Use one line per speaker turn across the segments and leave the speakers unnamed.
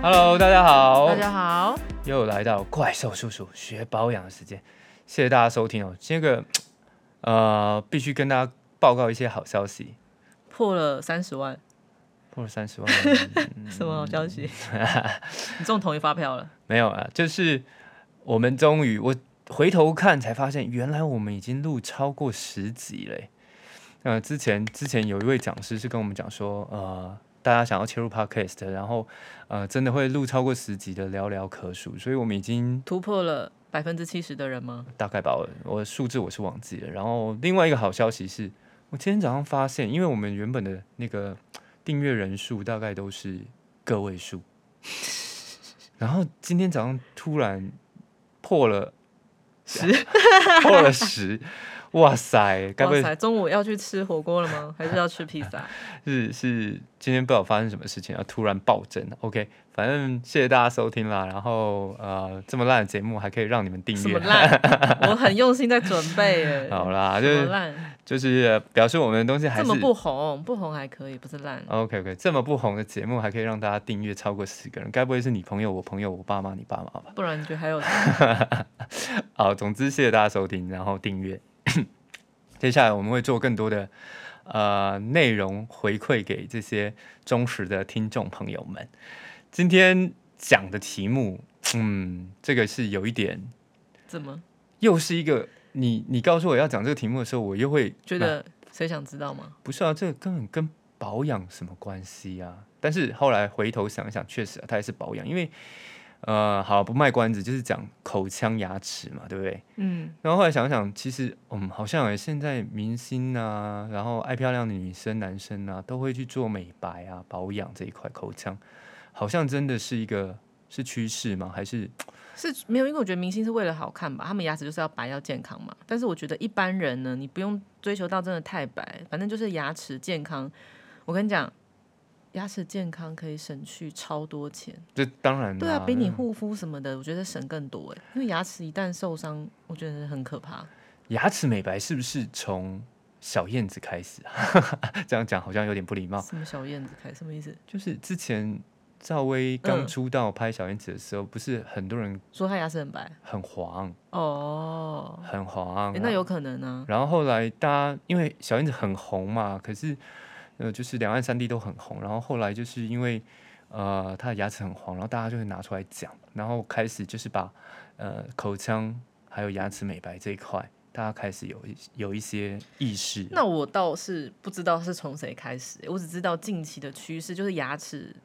Hello，大家好，
大家好，
又来到怪兽叔叔学保养的时间，谢谢大家收听哦。这个呃，必须跟大家报告一些好消息，
破了三十万，
破了三十万 嗯
什么好消 息？你中统一发票了，
没有啊，就是我们终于我回头看才发现，原来我们已经录超过十集嘞。呃，之前之前有一位讲师是跟我们讲说，呃，大家想要切入 podcast，然后呃，真的会录超过十集的寥寥可数，所以我们已经
突破了百分之七十的人吗？
大概吧，我我数字我是忘记了。然后另外一个好消息是，我今天早上发现，因为我们原本的那个订阅人数大概都是个位 数，然后今天早上突然破了
十，
破了十，哇塞！该不
哇
会
塞，中午要去吃火锅了 吗？还是要吃披萨？
是是今天不知道发生什么事情啊，突然暴增？OK，反正谢谢大家收听啦。然后呃，这么烂的节目还可以让你们订
什么
阅，啊
烂？ 我很用心在准备耶。
好啦，
什
就
么
是
烂？
就是、呃表示我们的东西还
这
是
么不红，不红还可以，不是烂。
OK OK，这么不红的节目还可以让大家订阅超过十个人，该不会是你朋友、我朋友、我爸妈、你爸妈吧？
不然你觉得还有？
好，总之谢谢大家收听，然后订阅。 接下来我们会做更多的呃内容回馈给这些忠实的听众朋友们。今天讲的题目，嗯，这个是有一点，
怎么
又是一个你你告诉我要讲这个题目的时候，我又会
觉得谁想知道吗？
不是啊，这个根本跟保养什么关系啊？但是后来回头想一想，确实、啊、它也是保养，因为呃，好不卖关子，就是讲口腔牙齿嘛，对不对？
嗯，
然后后来想想，其实嗯，好像、欸、现在明星啊，然后爱漂亮的女生、男生啊，都会去做美白啊、保养这一块口腔，好像真的是一个是趋势吗？还是
是没有，因为我觉得明星是为了好看吧，他们牙齿就是要白要健康嘛。但是我觉得一般人呢，你不用追求到真的太白，反正就是牙齿健康。我跟你讲，牙齿健康可以省去超多钱。
这当然
对
啦
啊，比你护肤什么的，我觉得省更多哎。因为牙齿一旦受伤，我觉得很可怕。
牙齿美白是不是从小燕子开始啊？ 这样讲好像有点不礼貌。
什么小燕子开，什么意思？
就是之前赵薇刚
嗯
出道拍小燕子的时候，不是很多人
说他牙齿很白
很黄，
哦、
很黄、
诶那有可能啊。
然后后来大家因为小燕子很红嘛，可是呃，就是两岸三地都很红。然后后来就是因为呃她的牙齿很黄，然后大家就会拿出来讲，然后开始就是把呃口腔还有牙齿美白这一块，大家开始有一有一些意识。
那我倒是不知道是从谁开始、我只知道近期的趋势就是牙齿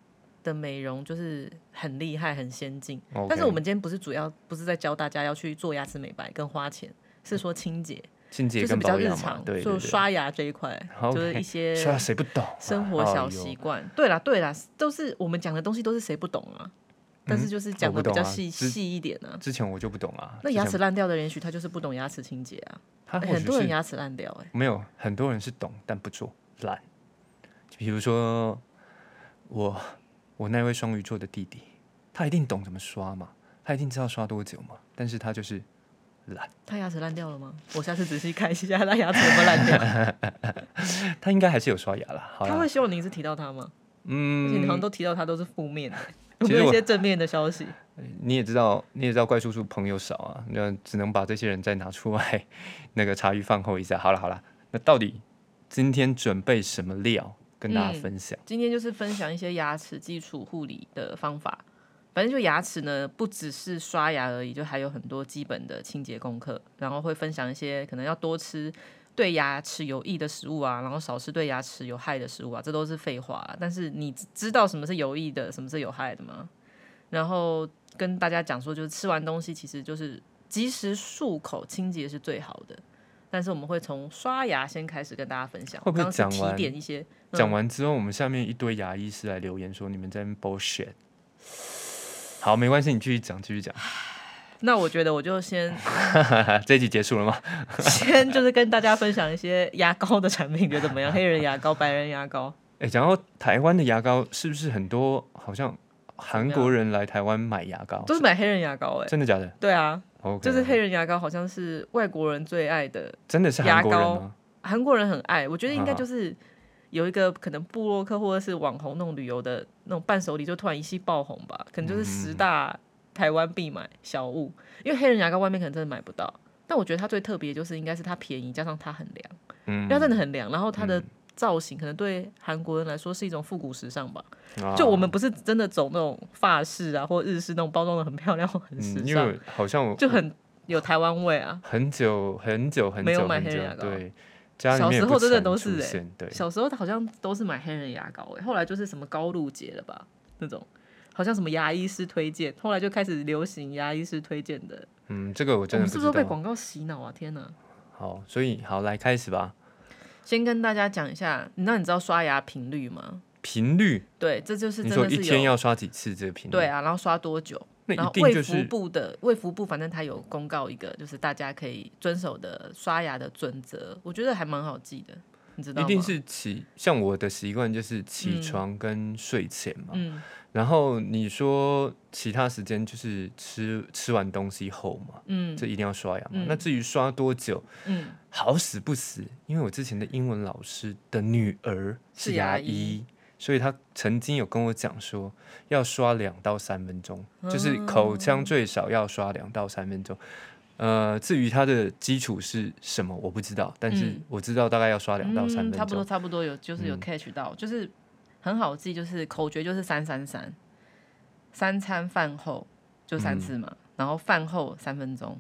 的美容就是很厉害、很先进。
OK
但是我们今天不是主要不是在教大家要去做牙齿美白跟花钱，是说清洁，
清洁
就是
跟
比较
保
日
养嘛
常，，
对
就
对
是
对。
刷牙这一块，
OK，
就是一些
刷谁不懂啊、
生活
哎呦
小习惯。对啦，对啦，都是我们讲的东西都是谁不懂啊？但是就是讲
我不
的比
懂
较
啊
细
之
细一点啊。
之前我就不懂啊。
那
之
牙
前
齿烂掉的人，也许他就是不懂牙齿清洁啊。
他
诶
或
很
许
多人
是
牙齿烂掉，哎，
没有，很多人是懂但不做，懒。比如说我我那位双鱼座的弟弟，他一定懂怎么刷嘛，他一定知道刷多久嘛，但是他就是懒，
他牙齿烂掉了吗？ 我下次仔细看一下他牙齿有没有烂掉。
他应该还是有刷牙啦。 好
他
啦，
会希望你一直提到他吗？而且你好像
嗯，
都提到他都是负面的，有
其实
没有一
我
些正面的消息？
你也知道，你也知道怪叔叔朋友少啊，那只能把这些人再拿出来那个茶余饭后一下。好了好了，那到底今天准备什么料跟大家
嗯
分享？
今天就是分享一些牙齿基础护理的方法。反正就牙齿呢，不只是刷牙而已，就还有很多基本的清洁功课。然后会分享一些可能要多吃对牙齿有益的食物啊，然后少吃对牙齿有害的食物啊，这都是废话啦。但是你知知道什么是有益的，什么是有害的吗？然后跟大家讲说，就是吃完东西其实就是及时漱口，清洁是最好的。但是我们会从刷牙先开始跟大家分享，
会不会
刚刚是
讲
提
完
点一些？嗯
讲完之后，我们下面一堆牙医师来留言说你们在那边 bullshit。好，没关系，你继续讲，继续讲。
那我觉得我就先
这一集结束了吗？
先就是跟大家分享一些牙膏的产品，觉得怎么样？黑人牙膏、白人牙膏，
哎、讲到台湾的牙膏，是不是很多好像韩
怎
国人来台湾买牙膏？
都是买黑人牙膏哎、
真的假的
对啊，
？OK，
就是黑人牙膏好像是外国人最爱的，
真的是韩国人
牙
吗？
韩国人很爱，我觉得应该就是有一个可能部落客或者是网红那种旅游的那种伴手礼，就突然一夕爆红吧，可能就是十大台湾必买小物，因为黑人牙膏外面可能真的买不到。但我觉得它最特别就是应该是它便宜，加上它很凉，因
嗯
为它真的很凉，然后它的造型可能对韩国人来说是一种复古时尚吧。
啊
就我们不是真的走那种法式啊，或日式那种包装的很漂亮、很时
嗯，因
尚，
为好像我
就很有台湾味啊。
很久很久很久
没有买
很
黑
久
人牙膏
对，家里
小
面也
时
不
候真的
常
都
出
是欸
现对，
小时候好像都是买黑人牙膏、欸，后来就是什么高露洁了吧，那种好像什么牙医师推荐，后来就开始流行牙医师推荐的。
嗯，这个我
我
真的
们
不
是
知
不是
道。
都被广告洗脑啊？天哪！
好，所以好来开始吧。
先跟大家讲一下，那你知道刷牙频率吗？
频率，
对，这就是
你
真
说
的
一
是
天
有
要刷几次这个频率？
对，啊，然后刷多久？
那
然
一
后
定
卫
就
福
是
部的卫福部，反正它有公告一个，就是大家可以遵守的刷牙的准则，我觉得还蛮好记的，你知道
一
吗？
定是起，像我的习惯就是起床跟睡前嘛。
嗯，
然后你说其他时间就是吃吃完东西后嘛，
嗯
这一定要刷牙嘛。
嗯
那至于刷多久，
嗯，
好死不死，因为我之前的英文老师的女儿
是
是
牙
牙
医
医。所以她曾经有跟我讲说，要刷两到三分钟，就是
嗯
口腔最少要刷两到三分钟。呃，至于它的基础是什么，我不知道，但是
嗯
我知道大概要刷两到三分
嗯，
钟、嗯
差不多差不多有就是有 catch 到，就是很好记，就是口诀就是三三三，三餐饭后就三
嗯
次嘛，然后饭后三分钟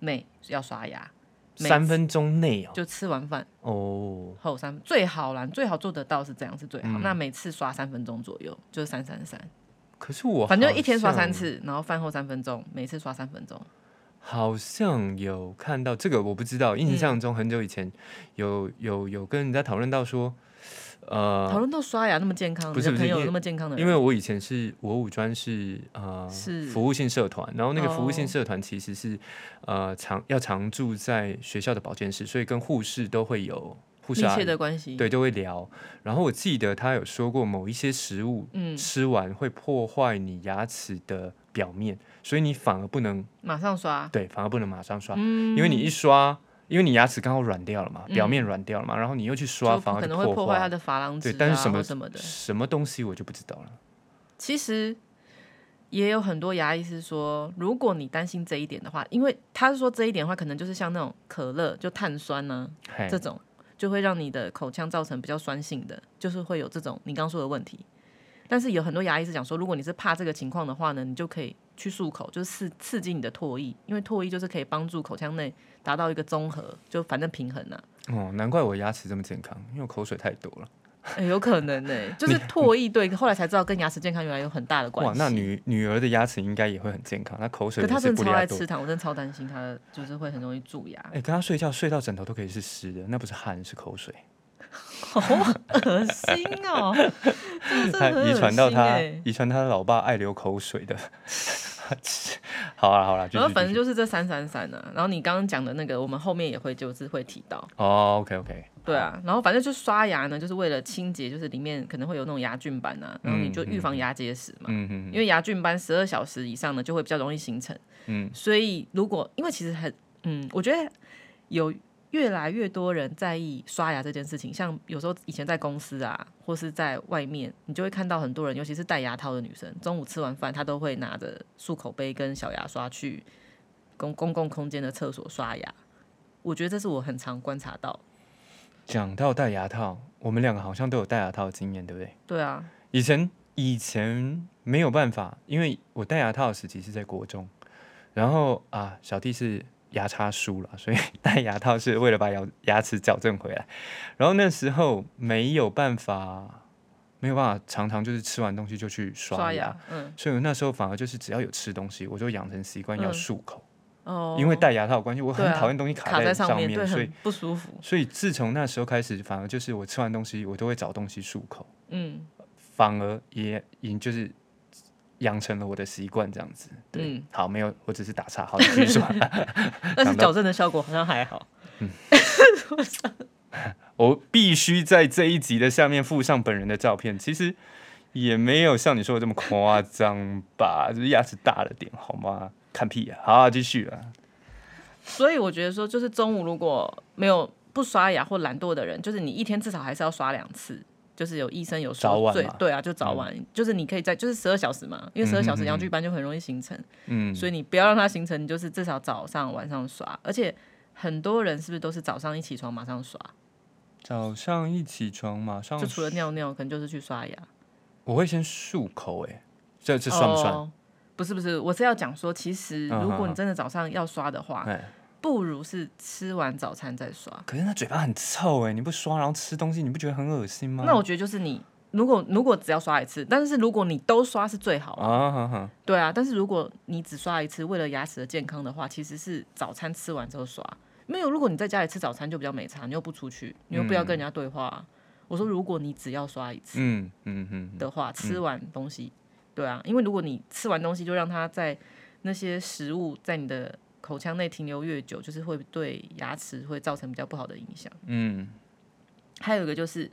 内要刷牙，每
三分钟内哦。
就吃完饭
哦，
后三最好啦，最好做得到是这样是最好，那
嗯
每次刷三分钟左右就是三三三。
可是我
反正
好
一天刷三
像，
次，然后饭后三分钟，每次刷三分钟。
好像有看到这个，我不知道。
嗯
印象中很久以前有有有跟人家讨论到说，呃，
讨论到刷牙那么健康，
不是
你的
不是
朋友
因为
有那么健康的人，
因为我以前是我五专是呃
是
服务性社团，然后那个服务性
哦
社团其实是、呃常要常住在学校的保健室，所以跟护士都会有护士
密
阿
切
姨
的关系。
对都会聊。然后我记得他有说过某一些食物
嗯，
吃完会破坏你牙齿的表面，所以你反而不能
马上刷。
对，反而不能马上刷，
嗯，
啊因为你一刷，因为你牙齿刚好软掉了嘛，
嗯
表面软掉了嘛，然后你又去刷，
就
反而
可
就
能会破坏
坏
它的珐琅质
对
啊，
但是什么
或什么的。
什么东西我就不知道了。
其实也有很多牙医是说，如果你担心这一点的话，因为他是说这一点的话，可能就是像那种可乐就碳酸啊呢、
嘿
这，种就会让你的口腔造成比较酸性的，就是会有这种你刚刚说的问题。但是有很多牙医是讲说，如果你是怕这个情况的话呢，你就可以去漱口，就是刺刺激你的唾液，因为唾液就是可以帮助口腔内达到一个综合，就反正平衡啊呐、
哦，难怪我牙齿这么健康，因为我口水太多了。
哎有可能呢、 就是唾液对，后来才知道跟牙齿健康原来有很大的关
哇，
系。
那女女儿的牙齿应该也会很健康，她口水
可他
也是
真的
不
超
拉
爱
多。
吃糖，我真的超担心他就是会很容易蛀牙
哎、，跟她睡觉，睡到枕头都可以是湿的，那不是汗是口水，
好恶心 哦！真的
她
很恶
遗传到
心
她，
哎。
遗传她老爸爱流口水的。 好啦好啦，继
然后
续
反
继
正
续
就是这三三三啊，然后你刚刚讲的那个，我们后面也会就是会提到，
哦，OK OK，
对啊，然后反正就刷牙呢，就是为了清洁，就是里面可能会有那种牙菌斑啊，然后你就预防牙结石嘛，
嗯嗯
因为牙菌斑十二小时以上呢就会比较容易形成，
嗯，
所以如果因为其实很嗯，我觉得有越来越多人在意刷牙这件事情，像有时候以前在公司啊，或是在外面，你就会看到很多人，尤其是戴牙套的女生，中午吃完饭她都会拿着漱口杯跟小牙刷去公公共空间的厕所刷牙。我觉得这是我很常观察到，
讲到戴牙套，我们两个好像都有戴牙套的经验，对不对？
对啊，
以前以前没有办法，因为我戴牙套的时期是在国中，然后啊，小弟是牙差疏了，所以 戴牙套是为了把牙牙齿矫正回来。然后那时候没有办法，没有办法常常就是吃完东西就去刷牙，
刷牙，嗯，
所以我那时候反而就是只要有吃东西，我就养成习惯要
嗯
漱口，
哦，
因为戴牙套的关系，我很
对啊
讨厌东西
卡
在
上
面，
对，
所以
很不舒服，
所以自从那时候开始，反而就是我吃完东西，我都会找东西漱口，
嗯
反而也也就是养成了我的习惯这样子。对，
嗯，
好，没有，我只是打岔，好，继续 说。
但是矫正的效果好像还好，
我必须在这一集的下面附上本人的照片，其实也没有像你说的这么夸张吧， 就是牙齿大了点，好吗？看屁啊！好，继续啊。
所以我觉得说，就是中午如果没有不刷牙或懒惰的人，就是你一天至少还是要刷两次。就是有医生有说
早晚
最
嘛嗯
对啊，就早晚，就是你可以在就是十二小时嘛，因为十二小时你要去班就很容易形成，
嗯，
所以你不要让它形成，你就是至少早上晚上刷，而且很多人是不是都是早上一起床马上刷，
早上一起床马上
就除了尿尿，可能就是去刷牙，
我会先漱口、欸，哎，这这算不算？
哦不是不是，我是要讲说，其实
嗯
如果
嗯
你
嗯
真的早上要刷的话，
哎、
不如是吃完早餐再刷。
可是那嘴巴很臭哎、你不刷然后吃东西，你不觉得很恶心吗？
那我觉得就是你，如果如果只要刷一次，但是如果你都刷是最好啊。
啊哈哈，
对啊，但是如果你只刷一次，为了牙齿的健康的话，其实是早餐吃完之后刷。没有，如果你在家里吃早餐就比较没差，你又不出去，你又不要跟人家对话啊、我说，如果你只要刷一次
嗯嗯嗯，
的话，吃完东西，对啊，因为如果你吃完东西就让它在那些食物在你的口腔内停留越久，就是会对牙齿会造成比较不好的影响。
嗯
还有一个就是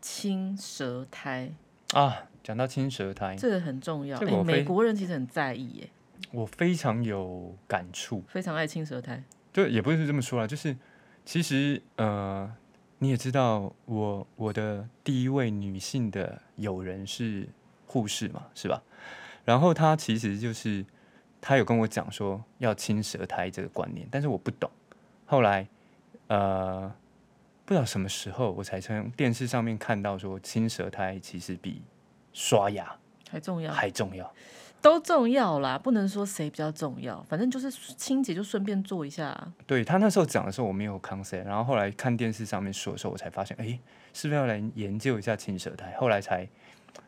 清舌苔，
啊，讲到清舌苔，
这个很重要。
这
哎、
个我
美
非
国人其实很在意耶，
我非常有感触。
非常爱清舌苔。
就也不是这么说啦，就是其实呃，你也知道我我的第一位女性的友人是护士嘛，是吧？然后她其实就是她有跟我讲说要清舌苔这个观念，但是我不懂。后来呃，不知道什么时候我才从电视上面看到说清舌苔其实比刷牙
还重要，
还重要。
都重要啦，不能说谁比较重要，反正就是清洁就顺便做一下啊。
对他那时候讲的时候我没有 concept，然后后来看电视上面说的时候，我才发现，哎，是不是要来研究一下青舌苔？后来才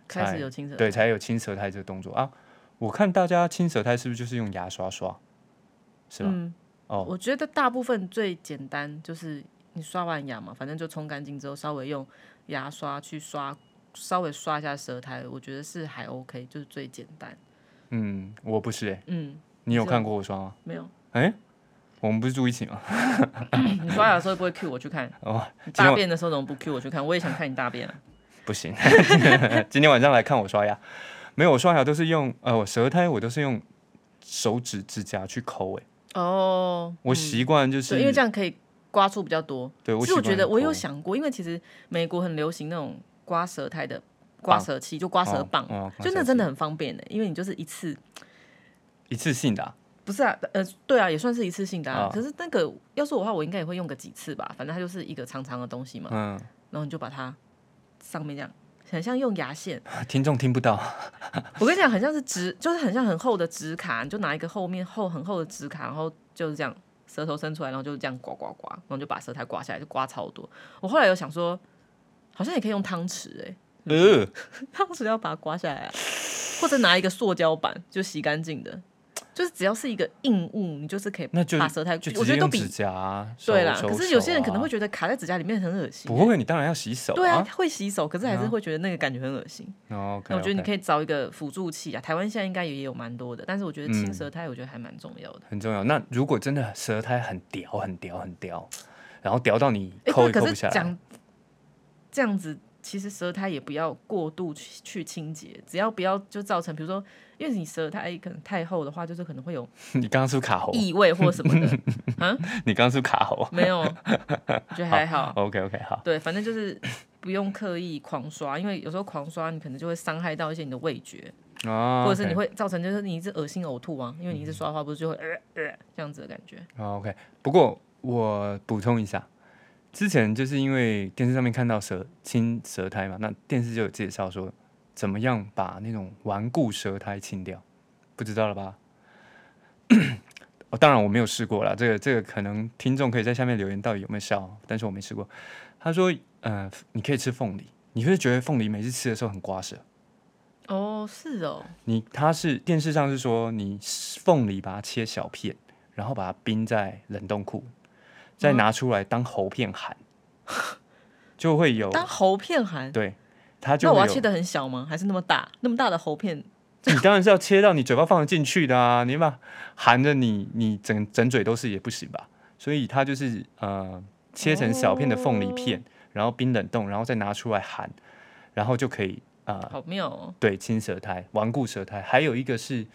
开始有清舌苔，
对，才有青舌苔这个动作啊。我看大家青舌苔是不是就是用牙刷刷？是吧？
嗯，
哦
我觉得大部分最简单就是你刷完牙嘛，反正就冲干净之后，稍微用牙刷去刷，稍微刷一下舌苔，我觉得是还 OK，就是最简单。
嗯，我不是、欸，
嗯，
你有
是
看过我刷吗？
没有，
哎，我们不是住一起吗？
你刷牙的时候会不会 cue 我去看？
哦，
你
今天
大
晚
便的时候怎么不 cue 我去看？我也想看你大便啊。
不 行， 今天晚上来看我刷牙。没有，我刷牙都是用呃，我舌苔我都是用手指指甲去抠、欸，
哦，
我习惯就是
对，因为这样可以刮出比较多。
对我
其实我
习惯
觉得
抠
我有想过，因为其实美国很流行那种刮舌苔的刮舌器，就刮舌棒，
哦哦
就
刮
那
舌
真的很方便欸的，因为你就是一次，
一次性的啊、
不是啊，呃，对啊，也算是一次性的、啊。
啊
可是那个要是我的话，我应该也会用个几次吧，反正它就是一个长长的东西嘛，
嗯，
然后你就把它上面这样。很像用牙线，
听众听不到，
我跟你讲，很像是纸，就是很像很厚的纸卡，你就拿一个后面厚很厚的纸卡，然后就是这样舌头伸出来，然后就这样刮刮刮，然后就把舌苔刮下来，就刮超多。我后来有想说，好像也可以用汤匙哎、
呃，
汤匙要把它刮下来、啊，或者拿一个塑胶板就洗干净的，就是只要是一个硬物，你就是可以
那就
把舌苔，
就
呃我
直接
觉得都
用指
比
甲、啊。手
对啦。
手
可是有
手
些人可能
啊
会觉得卡在指甲里面很恶心、欸
不会，你当然要洗手
对啊
啊。，
会洗手，可是还是会觉得那个感觉很恶心。
哦，OK，
那我觉得你
OK，
可以找一个辅助器啊，台湾现在应该也有蛮多的，但是我觉得清
嗯
舌苔，我觉得还蛮重要的。
很重要。那如果真的舌苔很屌、很屌、很屌，然后屌到你
哎、
抠
对，
也抠
可
不
是
下来，
讲这样子，其实舌苔也不要过度去去清洁，只要不要就造成，比如说，因为你舌苔可能太厚的话，就是可能会有
你刚刚是不是卡喉？
异味或什么 的，
你刚刚是不是卡喉
没有，我觉得还好。
？OK OK，好，
对，反正就是不用刻意狂刷，因为有时候狂刷你可能就会伤害到一些你的味觉，
啊，
或者是
OK
你
嗯
会造成就是你一直恶心呕吐啊，因为你一直刷的话，不是就会呃呃这样子的感觉。
哦 OK。不过我补充一下，之前就是因为电视上面看到舌清舌苔嘛，那电视就有介绍说怎么样把那种顽固舌苔清掉，不知道了吧？哦，当然我没有试过啦，这个这个可能听众可以在下面留言到底有没有效，但是我没试过。他说，呃，你可以吃凤梨，你会觉得凤梨每次吃的时候很刮舌。
哦，是哦，
你它是电视上是说你凤梨把它切小片，然后把它冰在冷冻库，
嗯
再拿出来当喉片 含，就会有
当喉片含，
哦对它
那
就
我
会
要
有
切。的很小吗？还是那么大？那么大的喉片
你当然是要切到你嘴巴放得进去的啊，你把含着你你整整嘴都是也不行吧？所以它就是呃切成小片的凤梨片，
哦
然后冰冷冻，然后再拿出来含，然后就可以呃
好妙哦！
对，青舌苔、顽固舌苔，还有一个是，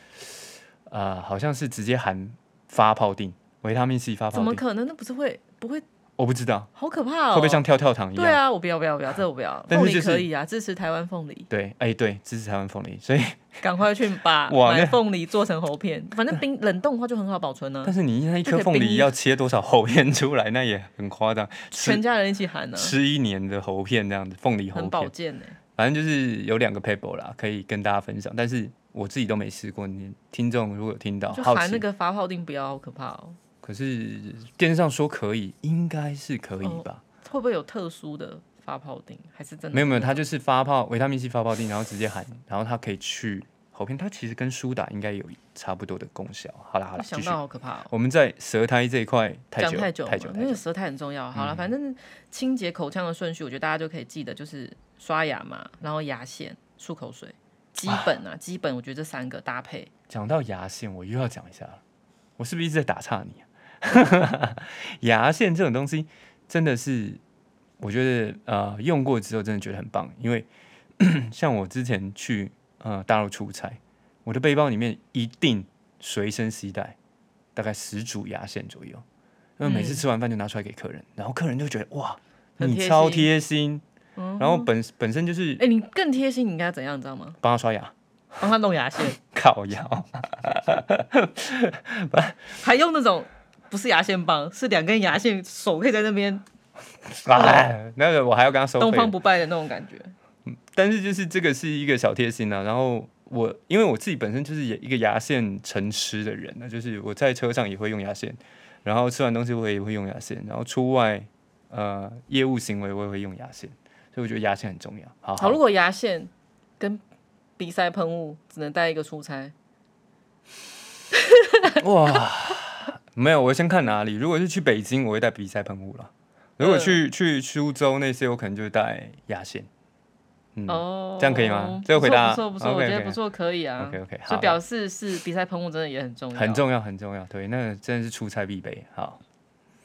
呃，好像是直接含发泡定，维他命 C 发
怎
泡
么
定，
可能？那不是会不会
我不知道
好可怕
会
哦！
不会像跳跳糖一样。
对啊，我不要不要不要，这我不要。
但
凤
是
梨
就是
可以啊，支持台湾凤梨，
对，哎、对，支持台湾凤梨，所以，
赶快去 把
哇
买
那
凤梨做成喉片，反正冰冷冻的话就很好保存呢、
但是你那一
就
颗
可以
凤
冰嗯
梨要切多少喉片出来，那也很夸张，
全
吃
家人一起喊呢、
吃一年的喉片这样子，凤梨喉
很保
片，
健呢、
反正就是有两个 paper 啦，可以跟大家分享，但是我自己都没试过，你听众如果有听到，哦
就
好
含
奇，
那个发泡定不要，好可怕哦！
可是电视上说可以，应该是可以
哦
吧？
会不会有特殊的发泡定，还是真的？
没有没有，它就是发泡维他命 C 发泡定，然后直接含，然后它可以去喉片，它其实跟苏打应该有差不多的功效。好啦好
我
啦，继
想
续
到。好可怕哦。
我们在舌苔这一块太
讲
久
太久了
太
嘛
久，嗯
那个舌苔很重要。好了，反正清洁口腔的顺序，我觉得大家就可以记得，就是刷牙嘛，然后牙线、漱口水，基本啊，基本我觉得这三个搭配。
讲到牙线，我又要讲一下了。我是不是一直在打岔你、啊？ 牙线这种东西真的是，我觉得呃用过之后真的觉得很棒，因为 像我之前去呃大陆出差，我的背包里面一定随身携带大概十组牙线左右，因为每次吃完饭就拿出来给客人，然后客人就觉得哇，
嗯很贴
你
心
超贴心，
嗯，
然后本本身就是
哎、你更贴心，你应该怎样，你知道吗？
帮他刷牙、
帮他弄牙线，
烤牙。
还用那种不是牙线棒，是两根牙线，手可以在那边
哎，那个我还要跟他收
东
费。
方不败的那种感觉。
但是就是这个是一个小贴心啊。然后我因为我自己本身就是也一个牙线成痴的人呢，就是我在车上也会用牙线，然后吃完东西我也会用牙线，然后出外呃业务行为我也会用牙线，所以我觉得牙线很重要。好
好，如果牙线跟鼻塞喷雾只能带一个出差，
哇， 没有，我先看哪里。如果是去北京，我会带鼻塞喷雾了。
嗯
如果去、去苏州那些，我可能就会带牙线。嗯
哦，
这样可以吗这个回答
不错不错，不错
OK，
我觉得
OK
不错，可以啊。
OK OK，好
就，表示是比赛喷雾真的也很重要，
很。重要很重要，对，那个真的是出差必备。好。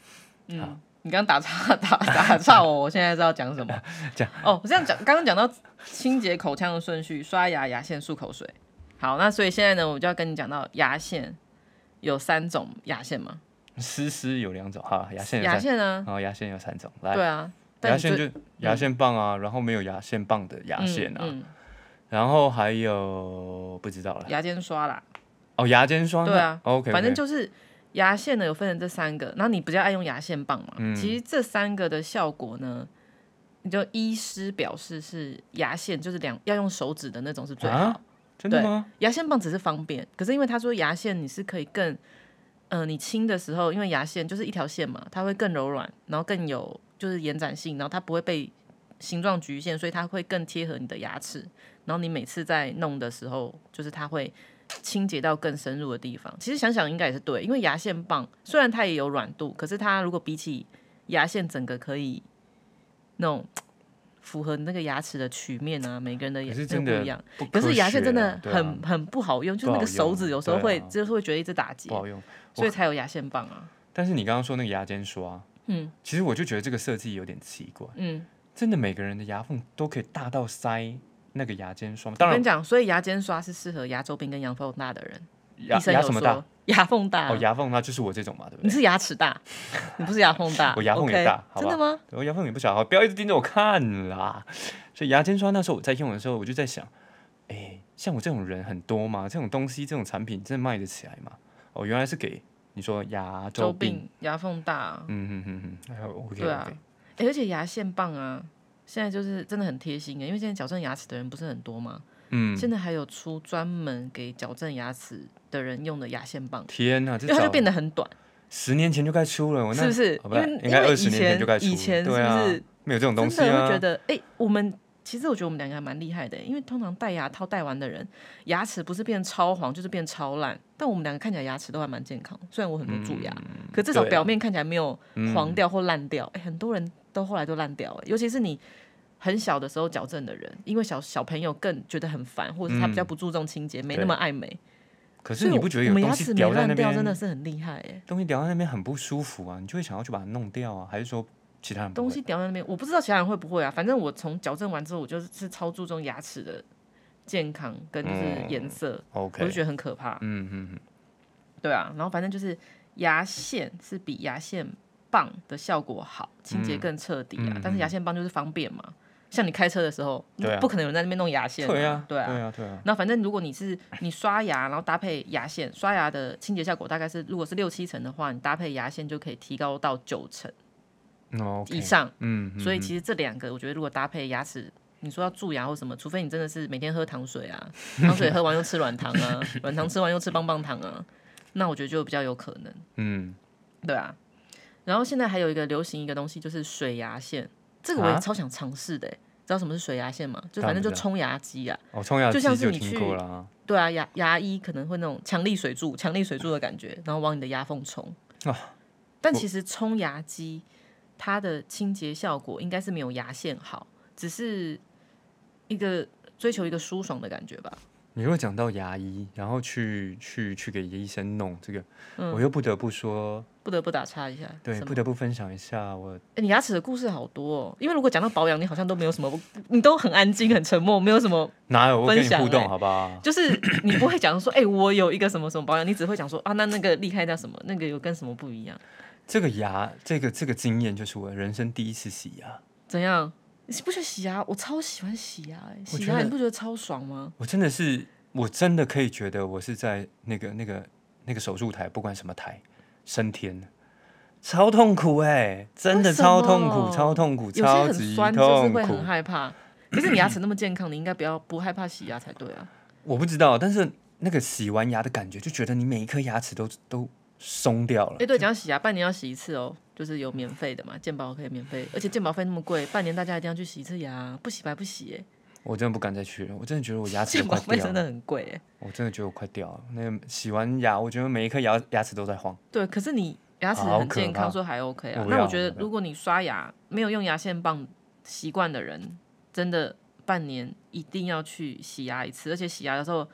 嗯，你刚刚打岔 打打岔我，我现在知道讲什么
讲。
哦，我这样讲，刚刚讲到清洁口腔的顺序，刷牙、牙线、漱口水。好，那所以现在呢，我就要跟你讲到牙线有三种牙线嘛，
湿湿有两种哈，牙线有
牙
三，
线呢？
然后啊牙线有三种，来，
对啊，但
牙
你
线
最
就牙线棒啊，然后没有牙线棒的牙
嗯
线啊，
嗯
然后还有不知道了，
牙尖刷啦，
哦，牙尖刷，
对啊
，OK，
反正就是牙线呢有分成这三个，然后你比较爱用牙线棒嘛，
嗯
其实这三个的效果呢，你就医师表示是牙线就是两要用手指的那种是最好，
啊，真的
对
吗？
牙线棒只是方便，可是因为他说牙线你是可以更，呃，你清的时候，因为牙线就是一条线嘛，它会更柔软，然后更有就是延展性，然后它不会被形状局限，所以它会更贴合你的牙齿。然后你每次在弄的时候，就是它会清洁到更深入的地方。其实想想应该也是对，因为牙线棒虽然它也有软度，可是它如果比起牙线整个可以那种符合你那个牙齿的曲面啊，每个人的也
可是真
那个不
的
一样。
不科
可
学啊，
是牙线真的
对
很、
啊
很不好用，就是
不
那
好
个手指
用
有时候
对
会、
啊
就是会觉得一直打结
不，好用。
所以才有牙线棒啊。
但是你刚刚说那个牙尖刷，
嗯，
其实我就觉得这个设计有点奇怪，
嗯，
真的每个人的牙缝都可以大到塞那个牙尖刷吗，
我
当
跟
然
你讲，所以牙尖刷是适合牙周病跟牙缝大的人。
牙
医生
牙
有
什么
说
大，
牙缝大啊、
哦，牙缝那就是我这种嘛，对不
你
对？
是牙齿大， 你不是牙缝大。
我牙缝也
OK
大好
真的
不
吗？
我牙缝也不小，不要一直盯着我看啦。所以牙尖刷那时候我在用的时候，我就在想，哎、像我这种人很多吗？这种东西、这种产品真的卖得起来吗？哦，原来是给你说牙周
周
病，
病、牙缝大啊、
嗯嗯嗯嗯，哎，OK
对啊
OK，、
诶而且牙线棒啊，现在就是真的很贴心的，欸因为现在矫正牙齿的人不是很多吗？
嗯，
现在还有出专门给矫正牙齿的人用的牙线棒，
天哪，这
因为它
早
就变得很短。
十年前就该出了，我那
是不是
哦不对
因为
应该
因为
二
以
十年前就该出了，
前以前
对
是
啊
不是，
没有这种东西
真的会
啊
觉。得，哎、我们其实我觉得我们两个还蛮厉害的，因为通常戴牙套戴完的人，牙齿不是变超黄就是变超烂，但我们两个看起来牙齿都还蛮健康，虽然我很多蛀牙，可至少
对啊嗯
表面看起来没有黄掉或烂掉。哎、很多人都后来都烂掉，哎，尤其是你。很小的时候矫正的人，因为小小朋友更觉得很烦，或者是他比较不注重清洁，没那么爱美。
嗯可
所
是
以
你不觉得有
我们
东
牙
西
齿
掉
没
在那
烂掉
边，
真的是很厉害哎、
东西掉在那边很不舒服啊，你就会想要去把它弄掉啊，还是说其他人不
东
会
西掉在那边，我不知道其他人会不会啊。反正我从矫正完之后，我就是是超注重牙齿的健康跟就是颜色，我
嗯
就
OK？
觉得很可怕。
嗯嗯嗯，
对啊，然后反正就是牙线是比牙线棒的效果好，清洁更彻底啊。
嗯嗯
但是牙线棒就是方便嘛，像你开车的时候，
对啊
不可能有人在那边弄牙线、
对啊，
对啊。
啊，对啊，
那反正如果你是你刷牙，然后搭配牙线，刷牙的清洁效果大概是，如果是六七成的话，你搭配牙线就可以提高到九成
那 OK，
以上。
嗯，嗯
所以其实这两个，我觉得如果搭配牙齿，你说要蛀牙或什么，除非你真的是每天喝糖水啊，糖水喝完又吃软糖啊，软糖吃完又吃棒棒糖啊，那我觉得就比较有可能，
嗯，
对啊。然后现在还有一个流行一个东西，就是水牙线，这个我也
啊
超想尝试的欸、知道什么是水牙线吗？就
当然
反正就
不知道
冲牙机啊，
哦，冲牙
就
机
像是
就
你去
听过啦，
对啊，牙牙医可能会那种强力水柱、强力水柱的感觉，然后往你的牙缝冲。
啊
但其实冲牙机它的清洁效果应该是没有牙线好，只是一个追求一个舒爽的感觉吧。
你如果讲到牙医，然后去去去给医生弄这个，我又不得不说，
不得不打岔一下，
对，
嗯什么
不得不分享一下我
诶你牙齿的故事好多哦。因为如果讲到保养，你好像都没有什么，你都很安静、很沉默，没有什么，
哪有我跟
分
你
享
互动
欸
好不好？
就是你不会讲说，哎、我有一个什么什么保养，你只会讲说啊，那那个厉害到什么，那个有跟什么不一样，
这个牙，这个这个经验就是我人生第一次洗牙，
怎样？你不觉得洗啊牙？我超喜欢洗牙、诶
我
洗
觉
牙
得
你不觉得超爽吗？
我真的是，我真的可以觉得我是在那个那个那个手术台，不管什么台，升天，超痛苦哎、真的
为什么
超痛苦，超痛苦，
有些
超
很
级
酸，就是
痛
会
苦
很。害怕。可是你牙齿那么健康，你应该不要不害怕洗牙才对啊。
我不知道，但是那个洗完牙的感觉，就觉得你每一颗牙齿都都松掉了
哎、。对，讲到洗牙，半年要洗一次哦，就是有免费的嘛，健保可以免费，而且健保费那么贵，半年大家一定要去洗一次牙，不洗白不洗耶。
我真的不敢再去了，我真的觉得我牙齿
健
都
保
快
费
掉
真的
了，
很贵耶。
我真的觉得我快掉了。那个洗完牙，我觉得每一颗牙牙齿都在晃。
对，可是你牙齿
好
很
可
健康，
怕
说还 OK 啊。
我
那我
要
觉得
我，要
如果你刷牙没有用牙线棒习惯的人，真的半年一定要去洗牙一次，而且洗牙的时候，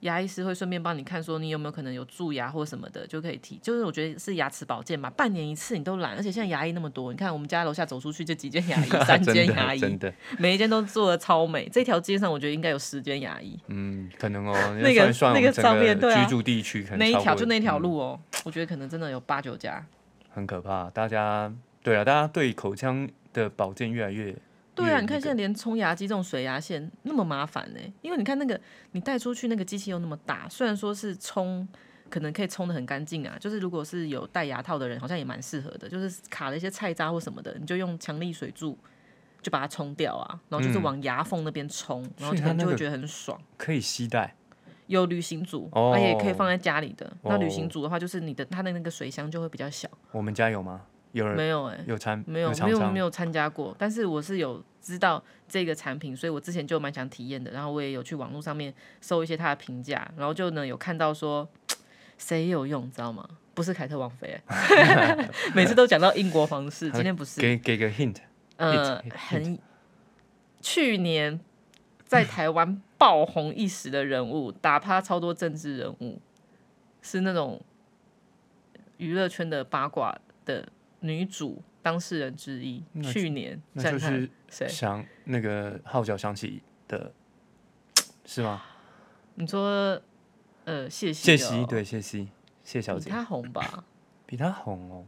牙医师会顺便帮你看说你有没有可能有蛀牙或什么的，就可以提。就是我觉得是牙齿保健嘛，半年一次你都懒，而且现在牙医那么多，你看我们家楼下走出去就几间牙医， 三
真
间
的
牙
真
医，
的，
每一间都做的超美。这条街上我觉得应该有十间牙医，
嗯，可能哦，
那
算
个
一算我
那个
们
上面
整
对
个
啊
居住地区可能
那一
超
条
过
就那条
嗯
路哦，我觉得可能真的有八九家。
很可怕。大家对啊，大家对口腔的保健越来越
对啊，
越
你看
那个
现在连冲牙机这种水牙线那么麻烦呢、因为你看那个你带出去那个机器又那么大，虽然说是冲，可能可以冲的很干净啊，就是如果是有戴牙套的人，好像也蛮适合的，就是卡了一些菜渣或什么的，你就用强力水柱就把它冲掉啊，然后就是往牙缝那边冲，然后
嗯所以
可
它
能就
那
会
个
觉得很爽。
可以吸带
有旅行组，
哦
它也可以放在家里的。那旅行
哦
组的话，就是你的它的那个水箱就会比较小。
我们家有吗？有人
没有哎、
有参
没有没
厂
有
商
没有参加过，但是我是有知道这个产品，所以我之前就蛮想体验的。然后我也有去网络上面搜一些它的评价，然后就呢有看到说谁有用，你知道吗？不是凯特王妃、欸每次都讲到英国皇室，今天不是，
给给个 hint，
呃，
hit- hit-
很去年在台湾爆红一时的人物，打趴超多政治人物，是那种娱乐圈的八卦的女主当事人之一。
那
去年
那就
赞叹
是
谁？
想那个号角响起的，是吗？
你说呃，谢
谢
希
希
哦，
对谢希谢小
比
姐
她红吧？
比她红哦，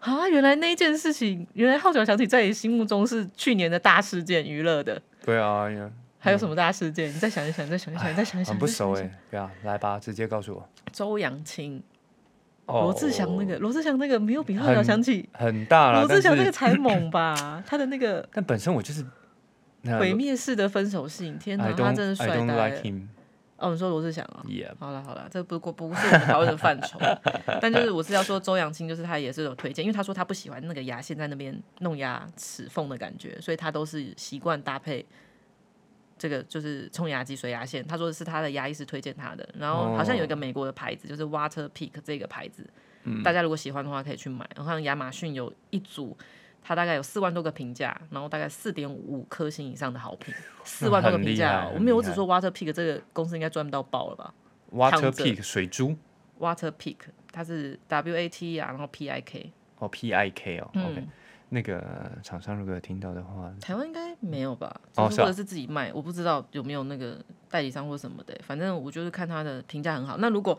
啊，原来那一件事情，原来号角响起在你心目中是去年的大事件，娱乐的。
对啊，呀
还有什么大事件？你再想一想，你再想一想，你再想一想。
很不
你再想
熟
一想
哎，对啊，来吧，直接告诉我。
周扬青，
哦
罗志祥那个，罗志祥那个没有比号角
很
响起，
很大啦，
罗志
但
祥那
是
个才 猛吧？他的那个
但本身我就是那
毁灭式的分手信，天哪，
I
他
don't
真的
I
帅呆
don't
了。
like him，
哦，你说罗志祥啊？
yeah，
好了好了，这不过不是我们讨论的范畴，但就是我是要说周扬青，就是他也是有推荐，因为他说他不喜欢那个牙线在那边弄牙齿缝的感觉，所以他都是习惯搭配这个就是冲牙机、水牙线。他说是他的牙医师推荐他的，然后好像有一个
哦
美国的牌子就是 Water Peak 这个牌子，
嗯
大家如果喜欢的话可以去买。我看亚马逊有一组。它大概有四万多个评价，然后大概四点五颗星以上的好评，四万多个评价
很厉害
哦。
很
我没有，我
厉
只
害
说 Water Peak 这个公司应该赚到爆了吧？
Water
躺着
Peak 水珠
Water Peak，它是 W A T 啊，然后 P I K。
哦，P I K 哦
嗯
，OK，那个厂商如果有听到的话，
台湾应该没有吧？
哦
就是
是啊
或者是自己卖，我不知道有没有那个代理商或什么的。反正我就是看它的评价很好。那如果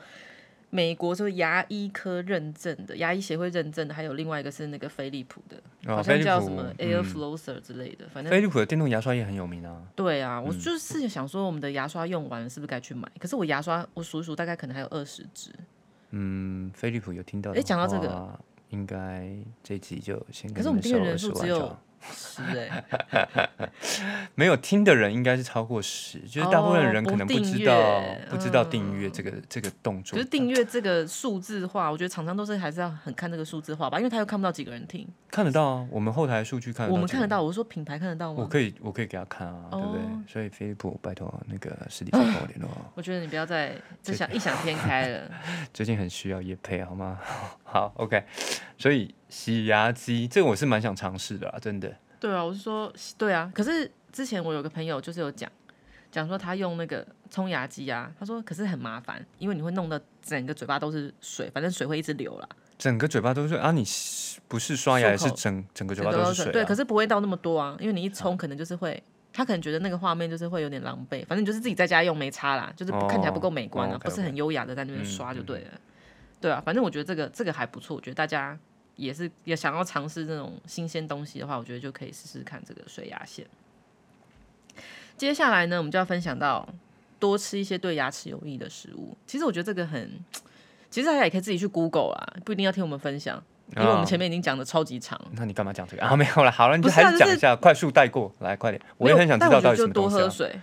美国就是牙医科认证的，牙医协会认证的，还有另外一个是那个飞利浦的，
哦
好
飞
像
利
叫什
浦
么 Air
嗯
Flosser 之类的，反正
飞利浦的电动牙刷也很有名啊。
对啊，我就是想说，我们的牙刷用完了，是不是该去买？可是我牙刷，我数一数，大概可能还有二十支。
嗯，飞利浦有听到的话。
诶讲到这个
应该这集就先跟你收20万就好。
可是我们订阅人数只有十哎、
没有听的人应该是超过十，就是大部分人
哦
可能
不
不
订
知
阅嗯
道、不知道订阅这个、这个动作
可是。订阅这个数字化，我觉得厂商都是还是要很看这个数字化吧，因为他又看不到几个人听。
看得到啊，我们后台数据看得到、
我们看得，到，我说品牌看得到
我
吗？
可以我可以给他看啊，对不
哦
对？所以飞利浦，拜托那个史 蒂夫跟我联络哦，
我觉得你不 要再再想异想天开了。
最近很需要叶配好吗？ 好，OK。所以洗牙机这个我是蛮想尝试的啊，真的。
对啊，我是说，对啊。可是之前我有个朋友就是有讲，讲说他用那个冲牙机啊，他说可是很麻烦，因为你会弄得整个嘴巴都是水，反正水会一直流啦。
整个嘴巴都是啊，你是不是刷牙也
漱
是
口
整整个嘴
全
巴
都
都
是
是水、啊，
对，可是不会到那么多啊，因为你一冲可能就是会，他可能觉得那个画面就是会有点狼狈，反正你就是自己在家用没差啦，就是不看起来不够美观啊，
哦，OK，OK 嗯
不是很优雅的在那边刷就对了。对啊，反正我觉得这个这个还不错，我觉得大家也是也想要尝试这种新鲜东西的话，我觉得就可以试试看这个水牙线。接下来呢，我们就要分享到多吃一些对牙齿有益的食物。其实我觉得这个很，其实大家也可以自己去 Google 啊，不一定要听我们分享，因为我们
啊
前面已经讲的超级长。
那你干嘛讲这个 啊？没有了，好了，你
不
就是
啊
还是讲
就
一
是
下，快速带过来，快点。我也
没有
很想知
但
道
我觉
到
得
底
就
什么
多
东西、
喝
啊。
水，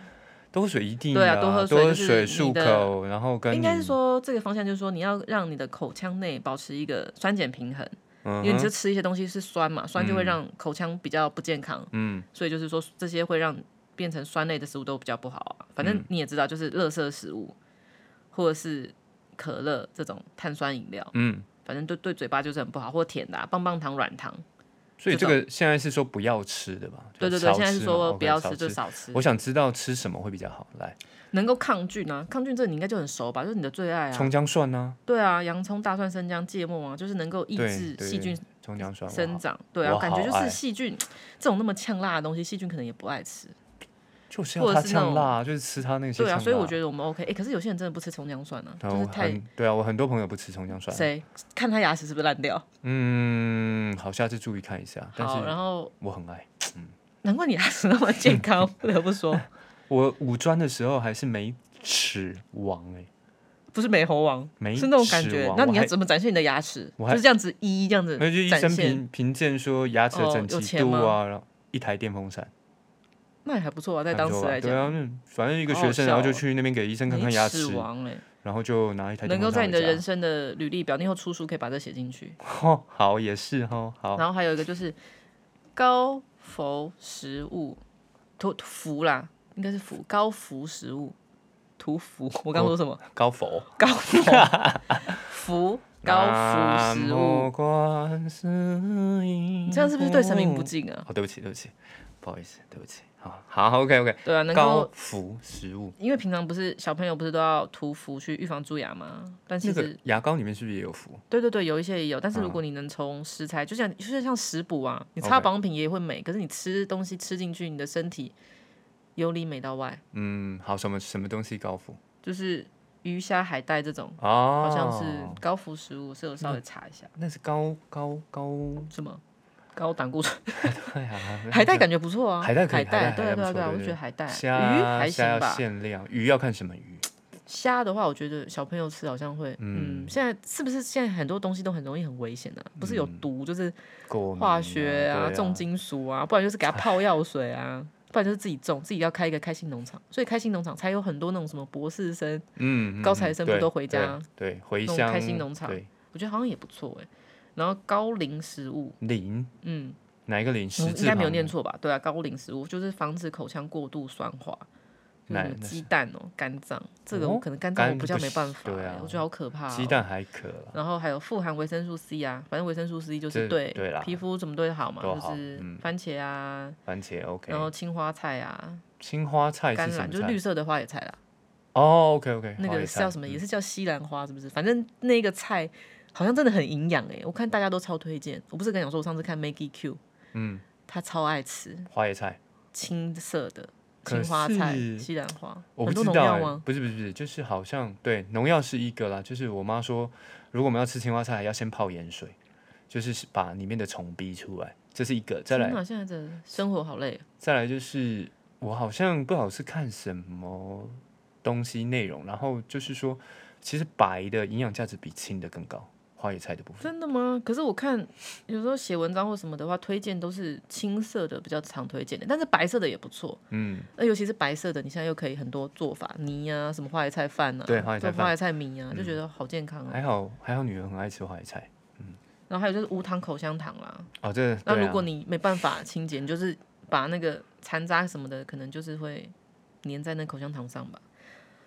多喝水一定
对啊
的
多喝水
多
就是
水
你
漱
的
口，然后跟
应该
你
是说这个方向就是说你要让你的口腔内保持一个酸碱平衡，
嗯
因为你
哼
就吃一些东西是酸嘛，酸就会让口腔比较不健康，
嗯，
所以就是说这些会让变成酸类的食物都比较不好啊。反
嗯
正你也知道，就是垃圾食物或者是可乐这种碳酸饮料，
嗯，
反正对对嘴巴就是很不好，或甜的、啊、棒棒糖、软糖。
所以
这
这个现在是说不要吃的吧？
对
就
对
少
对，现在是
吃嘛
说
，OK，
不要
少
吃就
吃。
少吃，
我想知道吃什么会比较好，来，
能够抗菌啊，抗菌这你应该就很熟吧，就是你的最爱啊。
葱姜蒜呢？
对啊，洋葱、大蒜、生姜、芥末啊，就是能够抑
对
制
对
细菌
葱姜蒜我
生
好
长。对啊，
我
感觉就
好
是
爱
细菌这种那么呛辣的东西，细菌可能也不爱吃。
就是
或
要
者
它
是那
呛
种
辣，就是吃它那些
对啊，
呛
所以我
辣
觉得我们 OK。哎，可是有些人真的不吃葱姜蒜啊，
然
就是
后
太
很对啊，我很多朋友不吃葱姜蒜，
谁看他牙齿是不是烂掉？
嗯，好，下次注意看一下。但
好，然
是嗯
后
我很爱，
难怪你牙齿那么健康，不得 不说，
我五专的时候还是美齿王哎，
不是美猴王，
美
是那种感
齿
觉。
王
那
我
你要
还
怎么展现你的牙齿？
我
就
还
是这样子一一这样子
没有，就医
展
生
现，
评评鉴说牙齿的
哦
整齐
有钱
度
吗
啊，然后一台电风扇，
那也还不错啊，在
还不
当
错
时
吧
来
对
讲，
啊，那反正一个
好好
学生，然后
笑
就
哦
去那边给医生看
你
看牙
齿
齿，
王哎，
然后就拿一台电
能
风
够在
扇
你
回
的
家
人，生的履历表，你以后出书可以把这写进去。
哦，好也是哦，好，
然后还有一个就是高氟食物，涂氟啦，应该是氟高氟食物，涂氟。我刚说什么？
高佛，
高氟， 氟高氟食物。
物
你这样是不是对神明不？敬啊？
哦，对不起，对不起，不好意思，对不起，好，好，OK OK，
对啊，能
高
够
氟食物，
因为平常不是小朋友不是都要涂氟去预防蛀牙吗？但其
那
实、
个牙膏里面是不是也有氟？
对对对，有一些也有，但是如
嗯
果你能从食材，就像就是像食补啊，你擦
OK
保养品也会美可是你吃东西吃进去，你的身体由里美到外，
嗯，好，什么什么东西高氟？
就是鱼虾海带这种。
哦，
好像是高氟食物，是有稍微查一下，
那是高高高，
什么高胆固醇，
对啊，
海带感觉不错啊，
海带可以海
带，
带
对啊
海带
对啊
不错
对啊，
对
我
对
觉得海带，鱼
虾
还行
虾要
吧，
限量，鱼要看什么鱼？
虾的话，我觉得小朋友吃好像会，嗯，现在是不是现在很多东西都很容易很危险啊？
嗯
不是有毒，就是
过敏
化学啊、
对
重金属啊，不然就是给它泡药水啊， 不然就是自己种，自己要开一个开心农场，所以开心农场才有很多那种什么博士生，
嗯，嗯
高材生不
对
都回家
对对回
弄
乡
开心农场
对
我觉得好像也不错哎。然后高龄食物，
林
嗯，
哪一个林？
我
十
应
字
该没有
旁
念
的
错吧？对啊，高龄食物就是防止口腔过度酸化，就是
哪
什么
那
鸡蛋哦、肝脏这个我
哦
可能肝脏我
肝
比较
不
没
行
办法欸、
对啊
我觉得好可怕、
鸡。蛋还可啦，
然后还有富含维生素 C 啊，反正维生素 C 就是
这
对
对啦
皮肤怎么对好嘛，
都
就
好
是
嗯
番茄啊，
番茄 OK，
然后青花菜啊，
青花菜
甘
是什
蓝
么
就是
菜？
绿色的花野菜啦，
哦，OK OK，
那个是叫
嗯
什么？也是叫西兰花，是不是？反正那个菜好像真的很营养哎，我看大家都超推荐。我不是跟你讲说，我上次看 Maggie Q，
嗯，
她超爱吃
花椰菜
青色的，青花菜
可、是
西兰花，
我不知
很多农
道、
药
欸
吗？，
不是不是不是，就是好像对农药是一个啦，就是我妈说，如果我们要吃青花菜，要先泡盐水，就是把里面的虫逼出来，这是一个。哎再来
天哪，现在的啊生活好累，啊
再来就是我好像不好是看什么东西内容，然后就是说，其实白的营养价值比青的更高，花野菜的部分。
真的吗？可是我看有时候写文章或什么的话，推荐都是青色的比较常推荐的，但是白色的也不错。
嗯，
那尤其是白色的，你现在又可以很多做法，泥啊，什么花椰菜饭啊，
对花椰菜饭
做花椰菜米啊，就觉得好健康啊。
还好还好，女儿很爱吃花野菜。嗯
然后还有就是无糖口香糖啦，
哦，这
那
对
如
啊
果，你没办法清洁，你就是把那个残渣什么的，可能就是会粘在那口香糖上吧。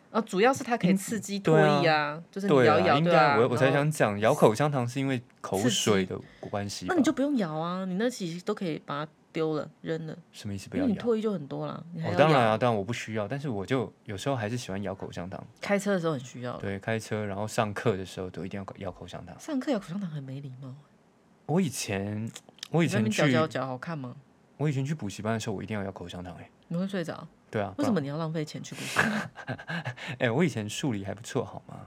啊，主要是它可以刺激
对
唾
啊
液啊，就是你
对
摇
啊
一摇，
应
对
该、
啊，
我我才
然后，
想讲咬口香糖是因为口
刺激
水的关系吧。
那你就不用摇啊，你那其实都可以把它丢了扔了，
什么意思？不
因
要
为你
咬。
唾液就很多啦，你还
哦，
要
当
摇。
然啊，当然我不需要，但是我就有时候还是喜欢咬口香糖。
开车的时候很需要，
对，开车然后上课的时候都一定要咬口香糖。
上课咬口香糖很没礼貌。
我以前我以
你在那
前
边嚼
去
嚼嚼好看吗？
我以前去补习班的时候，我一定要咬口香糖、欸。哎，
你会睡着？
对啊，
为什么你要浪费钱去 补习？
哎、我以前数理还不错，好吗？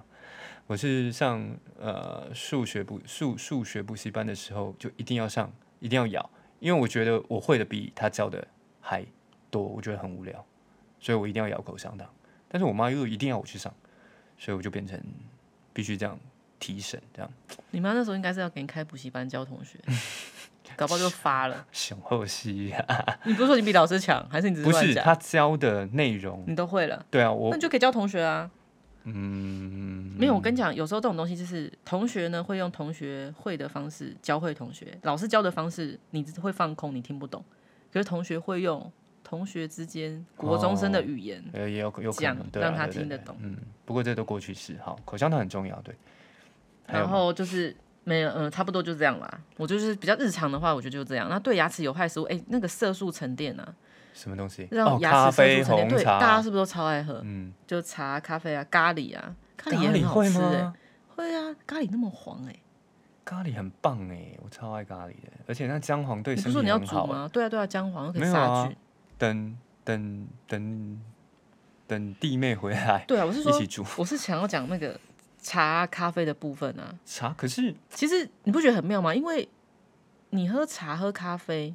我是上呃数学补数数学补习班的时候，就一定要上，一定要咬，因为我觉得我会的比他教的还多，我觉得很无聊，所以我一定要咬口香糖。但是我妈又一定要我去上，所以我就变成必须这样提神，这样
你妈那时候应该是要给你开补习班教 同学，搞不好就发了。
雄厚兮呀、
你不是说你比老师强，还是你只是
啊不
嗯乱
是
讲？嗯
他教的内容，
你都会了，
对啊，
那
我
你就可以教同学啊。
嗯
没有，我跟你讲，有时候这种东西就是同学呢会用同学会的方式教会同学，老师教的方式你会放空，你听不懂。可是同学会用同学之间国中生的语言，
呃，也有有可
讲
能，对啊
让他
对对
听得
对
懂
嗯，不过这都过去式，好，口香糖很重要，对。还有
然
吗
后就是没有，嗯、差不多就这样啦。我就是比较日常的话，我觉得就这样。那对牙齿有害食物，哎，那个色素沉淀啊，
什么东西？
让
哦，
牙
咖
齿色
啡、
素沉淀，
红
对，大家
茶，
是不是都超爱喝？
嗯，
就茶、咖啡啊、咖喱啊，咖喱也
咖
很
喱
好
会
吃哎、
吗？
会啊，咖喱那么黄哎、
咖喱很棒哎，我超爱咖喱的，而且那姜黄对
你不
身
是
体
说你要
很
煮
好欸。
吗？对啊，对啊，姜黄又可以
没有
杀
啊
菌。
等等等等弟妹回来
对啊，我是
一
说
起，煮
我是想要讲那个茶、咖啡的部分啊。
茶，可是
其实你不觉得很妙吗？因为你喝茶、喝咖啡，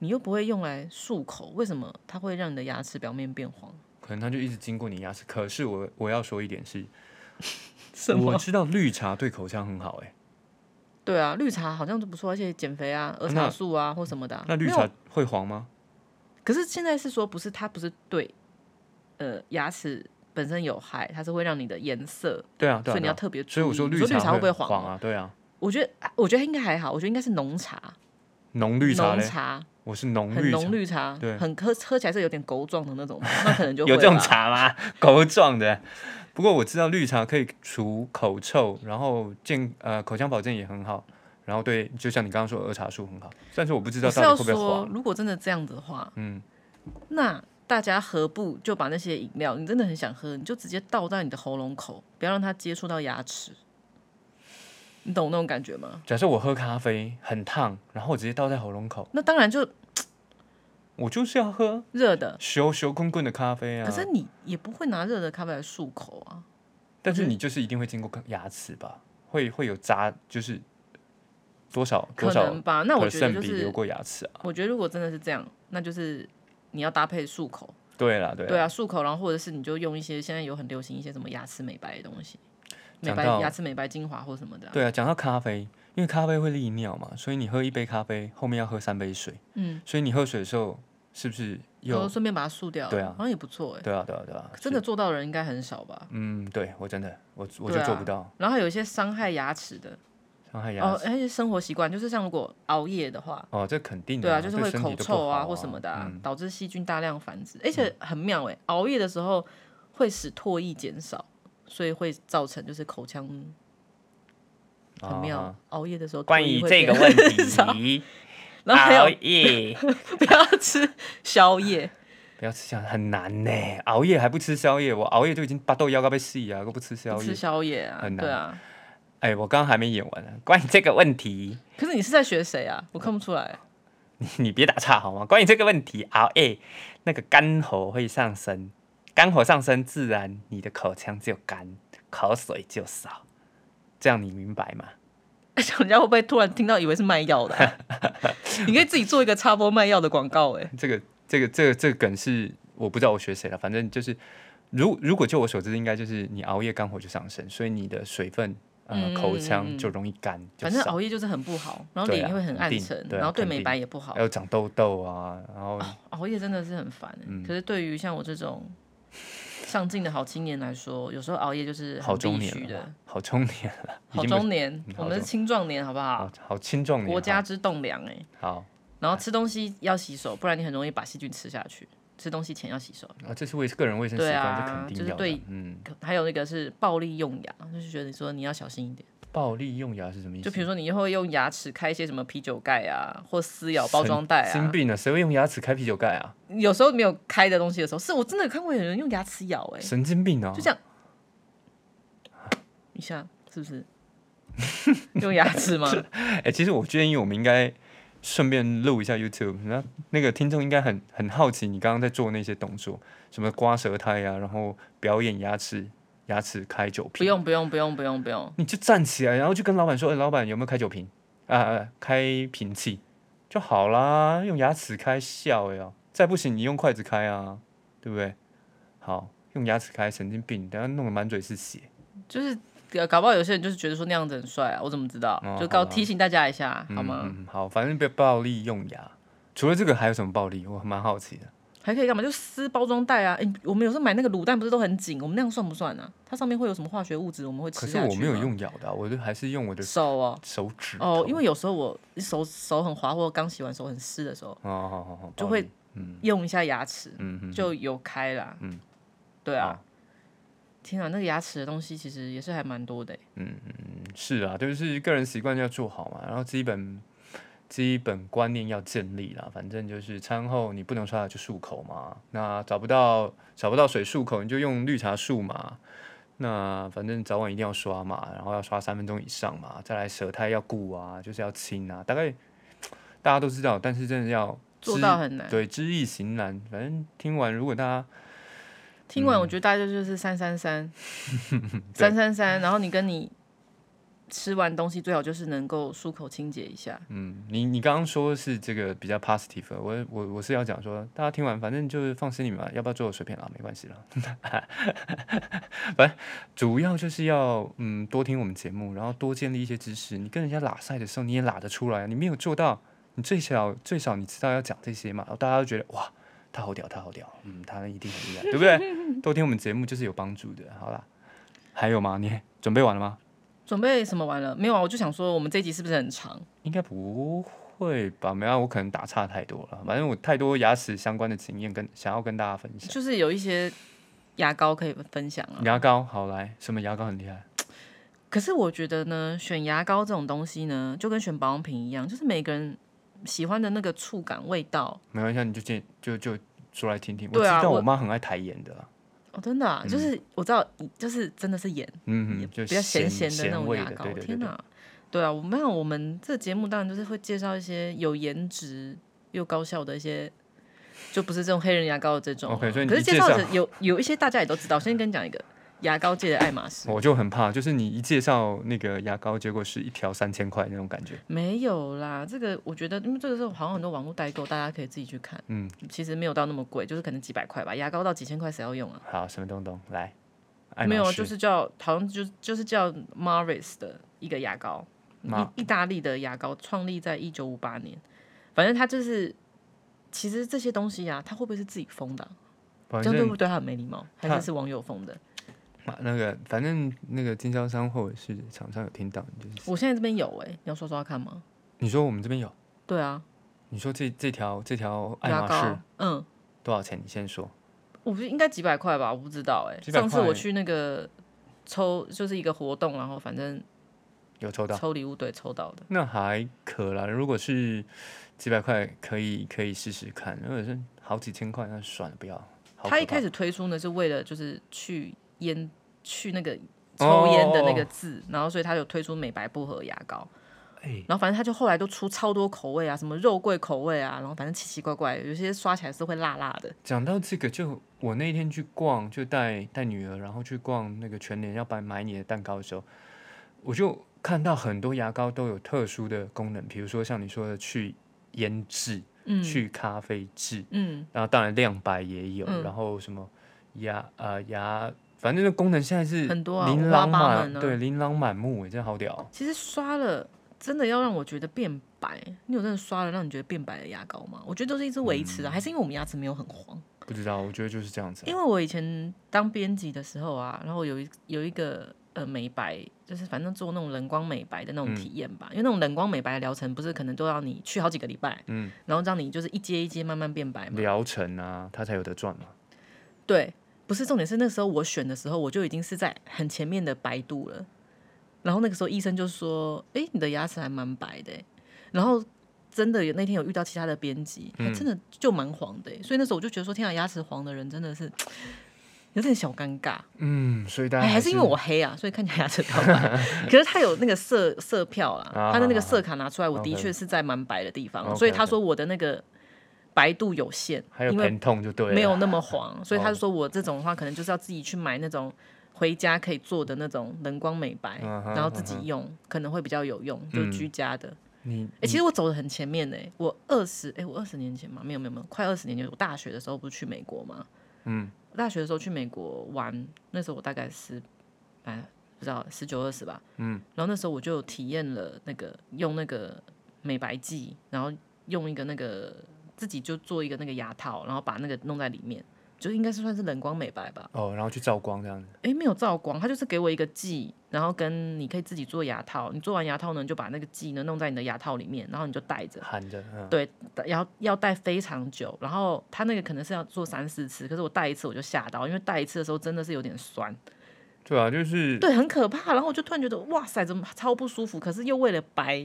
你又不会用来漱口，为什么它会让你的牙齿表面变黄？
可能它就一直经过你牙齿。可是我我要说一点是，
什
我？知道绿茶对口腔很好哎，
对啊，绿茶好像都不错，而且减肥啊、儿
那
茶素啊或什么的啊、
那绿
没有
茶会黄吗？
可是现在是说不是它不是对，呃，牙齿本身有害，它是会让你的颜色，
对啊，对
所
啊
以你
对
要
啊。
特别注意。
所以我说
你
绿
说绿
茶
会不会
黄
黄？
啊？对啊，
我觉得我觉得应该还好，我觉得应该是浓茶，
浓绿茶
浓
嘞，
茶
我是浓
很
绿茶
浓，绿茶，
对
很喝喝起来是有点狗状的那种，那可能 就
有
会
这种
吧
茶吗？狗壮的。不过我知道绿茶可以除口臭，然后健呃口腔保健也很好，然后对，就像你刚刚说儿茶素很好，但是我不知道
我是
到
要
底会不会
说，
黄。
如果真的这样子的话，
嗯，
那大家何不就把那些饮料，你真的很想喝，你就直接倒在你的喉咙口，不要让它接触到牙齿。你懂那种感觉吗？
假设我喝咖啡很烫，然后我直接倒在喉咙口，
那当然就
我就是要喝
热的，
咻咻棍棍的咖啡啊
可。是你也不会拿热的咖啡来漱口啊。
但是你就是一定会经过牙齿吧？会会有渣，就是多少多
可
少
能吧？那我觉得
percent
就
比流
是，
过牙齿啊？
我觉得如果真的是这样，那就是你要搭配漱口，
对啦，对啦
对啊，漱口，然后或者是你就用一些现在有很流行一些什么牙齿美白的东西，美
讲
白
到
牙齿美白精华或什么的啊、
对啊，讲到咖啡，因为咖啡会利尿嘛，所以你喝一杯咖啡，后面要喝三杯水。
嗯，
所以你喝水的时候是不是
然后
又？
顺便把它漱掉，
对啊
好像也不错哎、
对啊，对啊，对啊，
真的做到的人应该很少吧？
是。嗯，对我真的，我我
对
就
啊
做不到，
然后还有一些伤害牙齿的
哦伤害牙
哦，
齿。
而且生活习惯就是像如果熬夜的话，
哦，这肯定的、
对啊，就是
对
会
身
口
体都不
臭
好啊
或什么的、啊
嗯
导致细菌大量繁殖，而且很妙哎、熬夜的时候会使唾液减少，所以会造成就是口腔很妙。
啊
熬夜的时候，
关于这个，问 题，
然后还
熬
啊
有
夜
不要吃宵夜，
不要吃宵夜很难呢、熬夜还不吃宵夜，我熬夜就已经巴豆腰要被细啊，我不吃宵
不吃
夜。
宵夜啊，
很难
对啊。
哎、我刚刚还没演完呢、
关于这个问题，
可是你是在学谁啊？我看不出来，
你你别打岔好吗？关于这个问题啊，哎、那个干火会上升，干火上升，自然你的口腔就干，口水就少，这样你明白吗？
人家会不会突然听到以为是卖药 的啊、你可以自己做一个插播卖药的广告、欸，哎，
这个这个这个这个梗是我不知道我学谁了，反正就是，如如果就我所知，应该就是你熬夜肝火就上升，所以你的水分呃
嗯
口
嗯
腔
嗯
就容易干，就
反正
少，
熬夜就是很不好，然后
对啊
脸也会很暗沉
肯，定对啊
然后对美
肯定
白也不好
还。有长痘痘啊，然后
熬夜真的是很烦欸、
嗯
可是对于像我这种上进的好青年来说，有时候熬夜就是很
好中
必
年
须
了
的
吧。，好中年了，已
好
经不
中年
嗯，
我
好
们是
中
青壮年，好不好？
好好青壮年，
国家之栋梁哎。
好
然后吃东西要洗手，不然你很容易把细菌吃下去。吃东西前要洗手。
好啊，这是卫个人卫生习
对
惯，
啊
这肯
就
定
是
要的
对，
嗯，
可还有那个是暴力用牙，就是觉得你说你要小心一点。
暴力用牙是什么意思？
就比如说你会用牙齿开一些什么啤酒盖啊，或撕咬包装袋
神经
啊。
病啊，谁会用牙齿开啤酒盖啊？
有时候没有开的东西的时候，是我真的有看过有人用牙齿咬哎、
神经病啊！
就这样一下，是不是？ 用牙齿 吗？
哎、其实我建议我们应该顺便录一下 YouTube，那那个听众应该很很好奇你刚刚在做那些动作，什么刮舌苔啊，然后表演牙齿牙齿开酒瓶，啊
不，用不用不用不用不用，
你就站起来，然后就跟老板说，哎、老板有没有开酒瓶啊、啊开瓶器就好啦，用牙齿开笑呀、再不行你用筷子开啊，对不对？好，用牙齿开，神经病，等下弄得满嘴是血。
就是呃搞不好有些人就是觉得说那样子很帅啊，我怎么知道？
哦
就告
好吧
提醒大家一下好吗？
嗯？嗯好，反正不要暴力用牙。除了这个还有什么暴力？我蛮好奇的。
还可以干嘛？就撕包装袋啊！哎、我们有时候买那个卤蛋不是都很紧，我们那样算不算啊？它上面会有什么化学物质，我们会吃
可是
下去
我没有
吗
用咬的啊、我就还是用我的
手哦
手指头。
哦，因为有时候我手手很滑，或刚洗完手很湿的时候，
哦好好好，
就
暴
会
力嗯
用一下牙齿
嗯嗯，
就有开啦。
嗯，
对啊。天啊，那个牙齿的东西其实也是还蛮多的欸、
嗯是啊，就是个人习惯要做好嘛，然后基本基本观念要建立啦。反正就是餐后你不能刷牙就漱口嘛，那找不到找不到水漱口，你就用绿茶漱嘛。那反正早晚一定要刷嘛，然后要刷三分钟以上嘛，再来舌苔要顾啊，就是要清啊，大概大家都知道，但是真的要
做
知
到很难。
对知易行难。反正听完，如果大家嗯
听完我觉得大家就是三 三三，三三三，然后你跟你吃完东西最好就是能够漱口清洁一下。
嗯，你你刚刚说是这个比较 positive，的我我我是要讲说，大家听完反正就是放心里嘛，要不要做我随便啊啦，没关系啦。 反正主要就是要嗯多听我们节目，然后多建立一些知识。你跟人家拉赛的时候，你也拉得出来，你没有做到，你最少最少你知道要讲这些嘛，然后大家都觉得哇，他好屌，他好屌，嗯，他一定很厉害，对不对？ 多听我们节目就是有帮助的，好啦。还有吗？你准备完了吗？
准备什么完了？没有啊，我就想说我们这一集是不是很长？
应该不会吧？没有啊，我可能打岔太多了。反正我太多牙齿相关的经验跟想要跟大家分享。
就是有一些牙膏可以分享啊。
牙膏好来，什么牙膏很厉害？
可是我觉得呢，选牙膏这种东西呢，就跟选保养品一样，就是每个人喜欢的那个触感、味道。
没关系啊，你就见就就说来听听。我
对
知
啊
道
我
我妈很爱抬眼的啦，
哦，真的、啊，就是我知道，就是真的是盐，
嗯，就
比较咸
咸
的那种
味
牙
的，
膏。
对对对
天
对。
哪，对啊，我没有，我们这节目当然就是会介绍一些有颜值又高效的一些，就不是这种黑人牙膏的这种啊。
OK，所以你
可是
一
介
介
绍
绍
的有有一些大家也都知道，先跟你讲一个牙膏界的爱马仕。
我就很怕，就是你一介绍那个牙膏，结果是一条三千块那种感觉。
没有啦，这个我觉得，因为这个是好像很多网络代购，大家可以自己去看。
嗯，
其实没有到那么贵，就是可能几百块吧。牙膏到几千块谁要用啊？
好，什么东东来？爱
没有
马
啊，
仕
就是叫好像就就是叫 Maris 的一个牙膏，
Ma-
意意大利的牙膏，创立在一九五八年。反正它就是，其实这些东西啊，它会不会是自己封的啊、
反
这样对
正
不对？它很没礼貌，还
它
是是网友封的？
嘛那个反正那个经销商或者是厂商有听到，你就是
我现在这边有哎、你要刷刷看吗？
你说我们这边有，
对啊，
你说这这条这条爱
牙
马仕
膏，嗯，
多少钱？你先说。
我觉得应该几百块吧，我不知道哎、
几百
上次我
块
去那个抽，就是一个活动，然后反正
有抽到，
抽礼物对抽到的，
那还可啦。如果是几百块，可以可以试试看。如果是好几千块，那算了，不要。好
他
可
一开
怕
始推出呢，是为了就是去烟去那个抽烟的那个
哦
字，然后所以他有推出美白薄荷牙膏。
哎，
然后反正他就后来都出超多口味啊，什么肉桂口味啊，然后反正奇奇怪怪的，有些刷起来是会辣辣的。
讲到这个，就我那天去逛，就带带女儿，然后去逛那个全联要买买你的蛋糕的时候，我就看到很多牙膏都有特殊的功能，比如说像你说的去腌制、
嗯
去咖啡制，
嗯，
然后当然亮白也有，
嗯
然后什么牙呃牙，反正这功能现在是
很多啊
琳
五花
琅
八
满
门啊
对琳琅满目，哎，真的好屌哦、
其实刷了真的要让我觉得变白，你有真的刷了让你觉得变白的牙膏吗？我觉得都是一直维持的，还是因为我们牙齿没有很黄。
不知道，我觉得就是这样子啊、
因为我以前当编辑的时候啊，然后有一有一个呃美白，就是反正做那种冷光美白的那种体验吧，因为那种冷光美白的疗程不是可能都要你去好几个礼拜，
嗯，
然后让你就是一阶一阶慢慢变白嘛。
疗程啊，它才有得赚嘛。
对，不是重点是那时候我选的时候，我就已经是在很前面的白度了。然后那个时候医生就说：“诶，你的牙齿还蛮白的。”欸然后真的有那天有遇到其他的编辑，
嗯
还真的就蛮黄的。所以那时候我就觉得说，天啊，牙齿黄的人真的是有点小尴尬。
嗯，所以大家
哎，还
是
是因为我黑啊，所以看起来牙齿比较白。 可是他有那个色色票啦，
啊
他的那个
好好
色卡拿出来，我的
OK
确是在蛮白的地方，
OK，
所以他
OK
说我的那个白度有限，
还有
因为
疼痛就对了，
没有那么黄，所以他
哦
就说我这种的话，可能就是要自己去买那种回家可以做的那种冷光美白，
嗯哼
然后自己用，可能会比较有用，就是居家的。
你
哎、其实我走的很前面呢、我二十哎，我二十年前嘛，没有没有没有，快二十年前，我大学的时候不是去美国嘛，
嗯，
大学的时候去美国玩，那时候我大概是哎不知道十九二十吧，
嗯，
然后那时候我就体验了那个用那个美白剂，然后用一个那个自己就做一个那个牙套，然后把那个弄在里面，就应该是算是冷光美白吧，
哦，然后去照光这样子，
诶，没有照光，它就是给我一个剂，然后跟你可以自己做牙套，你做完牙套呢，你就把那个剂呢弄在你的牙套里面，然后你就戴着。
含着，嗯，
对，要要戴非常久，然后他那个可能是要做三四次，可是我戴一次我就吓到，因为戴一次的时候真的是有点酸，
对啊，就是
对，很可怕。然后我就突然觉得哇塞，怎么超不舒服？可是又为了白，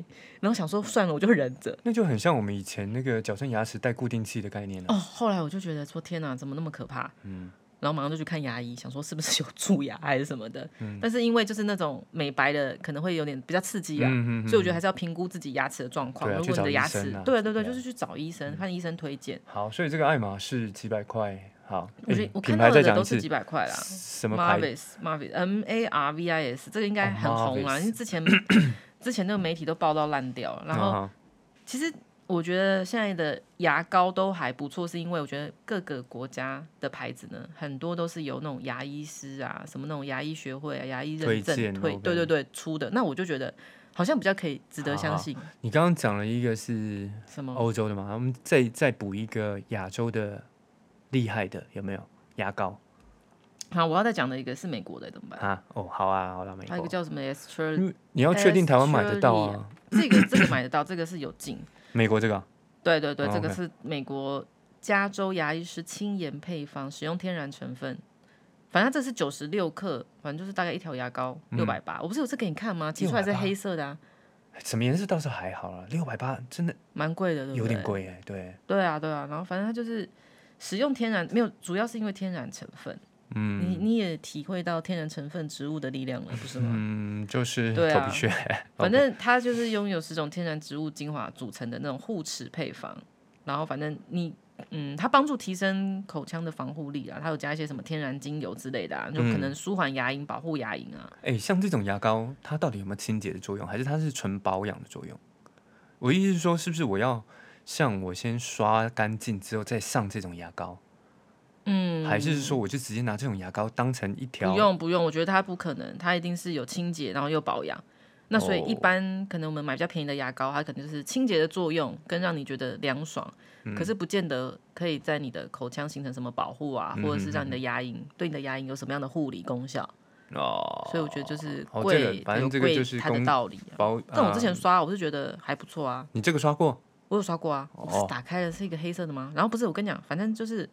然后想说算了，我就忍着。
那就很像我们以前那个矫正牙齿带固定器的概念了、啊
哦，后来我就觉得说天哪，怎么那么可怕？嗯，然后马上就去看牙医，想说是不是有蛀牙还是什么的。嗯，但是因为就是那种美白的，可能会有点比较刺激啊，
嗯嗯嗯
所以我觉得还是要评估自己牙齿的状况。
对啊
如
去
果你
找
的
医
牙
生
齿，
啊
对对
对
对，
啊
就是去找医生，看医生推荐。
嗯好，所以这个爱马仕几百块，好，
我觉得
哎品
我看
品
到
牌再
的
讲
都
一
是
次
几，百啊块啦。
什么牌子？
Marvis Marvis M A R V I S 这个应该很
哦
红啦，
，Marvis
因为之 前 之前那个媒体都报道烂掉了。然后
啊哈
其实我觉得现在的牙膏都还不错，是因为我觉得各个国家的牌子呢，很多都是由那种牙医师啊，什么那种牙医学会啊、牙医认
推荐
证推，
OK
对对对出的。那我就觉得好像比较可以值得相信。
你刚刚讲了一个是
什么？
欧洲的嘛，我们再再补一个亚洲的厉害的，有没有？牙膏
好，我要再讲的一个是美国的，怎么办？
啊，哦，好啊，好啦，美
还有一
国
个，叫什么 S t r
因为你要确定台湾买得到啊，
这个这个买得到，这个是有进。
美国这个啊
对对对，
哦
这个
OK
是美国加州牙医师亲研配方，使用天然成分。反正这是九十六克，反正就是大概一条牙膏
嗯
六百八。我不是有次给你看吗？挤出来是
680
黑色的、啊，
什么颜色倒是还好啦，六百八真的
蛮贵的，对不对？
有点。贵哎、对，
对啊，对啊。然后反正它就是使用天然，没有，主要是因为天然成分。
嗯
你你也体会到天然成分植物的力量了，不是吗？
嗯，就是
对
头
啊
皮屑，
反正它就是拥有十种天然植物精华组成的那种护齿配方，然后反正你。嗯，它帮助提升口腔的防护力啊，它有加一些什么天然精油之类的啊，就可能舒缓牙龈、保护牙龈啊。
哎、像这种牙膏，它到底有没有清洁的作用，还是它是纯保养的作用？我意思是说，是不是我要像我先刷干净之后再上这种牙膏，
嗯，
还是说我就直接拿这种牙膏当成一条？
不用不用，我觉得它不可能，它一定是有清洁，然后又保养。那所以一
哦
般可能我们买比较便宜的牙膏，它可能就是清洁的作用，跟让你觉得凉爽，可是不见得可以在你的口腔形成什么保护啊，或者是让你的牙龈对你的牙龈有什么样的护理功效。
哦，
所以我觉得就是
哦
贵，
这个反正
有
这个
贵
就是
它的
公
道理、啊。
保。
但我之前
啊
刷，我是觉得还不错啊，
你这个刷过？
我有刷过啊，我
哦
是打开的是一个黑色的吗？然后不是，我跟你讲，反正就是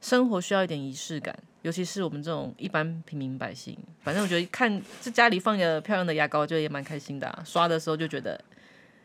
生活需要一点仪式感，尤其是我们这种一般平民百姓。反正我觉得看这家里放一个漂亮的牙膏，就也蛮开心的、啊。刷的时候就觉得，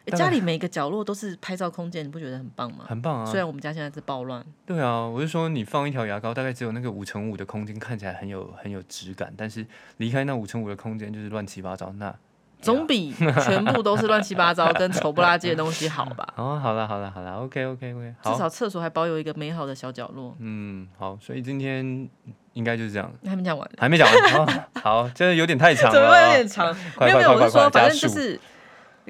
诶
当然
家里每个角落都是拍照空间，你不觉得很棒吗？
很棒
虽
啊！
然我们家现在嗯是暴乱，
对啊，我是说你放一条牙膏，大概只有那个五乘五的空间看起来很有很有质感，但是离开那五乘五的空间就是乱七八糟，那
总比全部都是乱七八糟跟丑不拉几的东西好 吧？
哦，好了好了好了，OK OK OK，
至
好，
少厕所还保有一个美好的小角落。
嗯，好，所以今天应该就是这样，
还没讲完，
还没讲完、 哦，好，这有点太长
啊
怎
了
么会有
哦、
点长？
快
没有没有，
快快
我是
快
说，
快
反
加
正就
速
是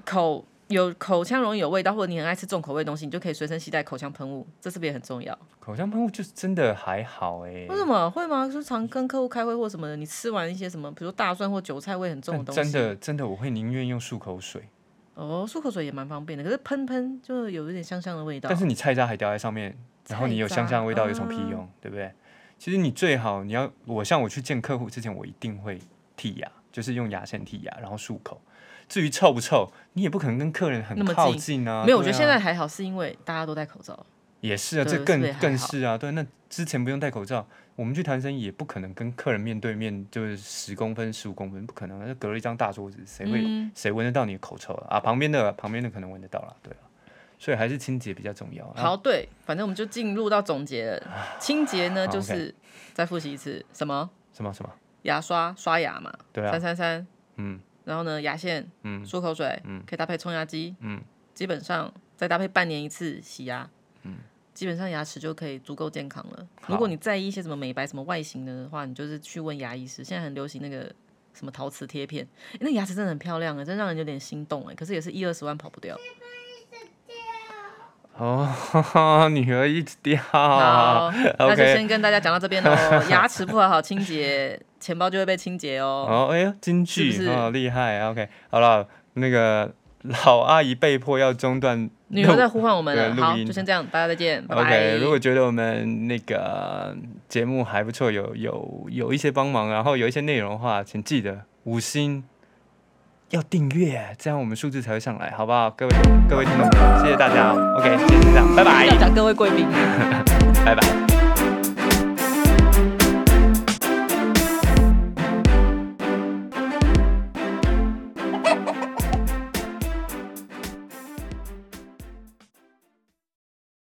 口有口腔容易有味道，或者你很爱吃重口味的东西，你就可以随身携带口腔喷雾，这是不是也很重要？
口腔喷雾就是真的还好哎、
为什么会吗？就是常跟客户开会或什么的，你吃完一些什么，比如大蒜或韭菜味很重的
但
东西，
真的真的我会宁愿用漱口水，
哦，漱口水也蛮方便的，可是喷喷就有一点香香的味道。
但是你菜渣还掉在上面，然后你有
菜
香香的味道
渣
有什么屁用，对不对？其实你最好你要我像我去见客户之前，我一定会剔牙，就是用牙线剔牙，然后漱口。至于臭不臭，你也不可能跟客人很
那么
靠
近
近啊。
没有，我觉
对
得现
啊
在还好，是因为大家都戴口罩。
也是啊，
对
这
是
更
也还
更
好
是啊，对。那之前不用戴口罩，我们去谈生意也不可能跟客人面对面，就是十公分、十五公分，不可能啊，就隔了一张大桌子，谁会、
嗯
谁闻得到你的口臭啊？啊旁边的旁边的可能闻得到啦，对啊。所以还是清洁比较重要。啊，
好，对，反正我们就进入到总结了。清洁呢，
好
就
OK
是再复习一次，什么
什么什么？
牙刷刷牙嘛，
对啊
三三三，
嗯，
然后呢，牙线，
嗯，
漱口水，嗯，可以搭配冲牙机，
嗯，
基本上再搭配半年一次洗牙，嗯，基本上牙齿就可以足够健康了。如果你在意一些什么美白、什么外形的话，你就是去问牙医师。现在很流行那个什么陶瓷贴片，诶那牙齿真的很漂亮啊、真让人有点心动哎、可是也是一二十万跑不掉。
哦， 女儿一直掉。
好，那就
OK
先跟大家讲到这边喽。 牙齿不好好清洁，钱包就会被清洁哦。
哦，哎呀，京
是不
剧
是
哦，厉害。OK，好了，那个老阿姨被迫要中断
女儿
录
在呼唤我们了，
对录
好，
音
就先这样，大家再见，拜
OK，
拜。
如果觉得我们那个节目还不错，有有有一些帮忙，然后有一些内容的话，请记得五星要订阅，这样我们数字才会上来，好不好？各位各位听众朋友，谢谢大家哦。OK，今天就这样，拜拜
要，讲各位贵宾。
拜拜。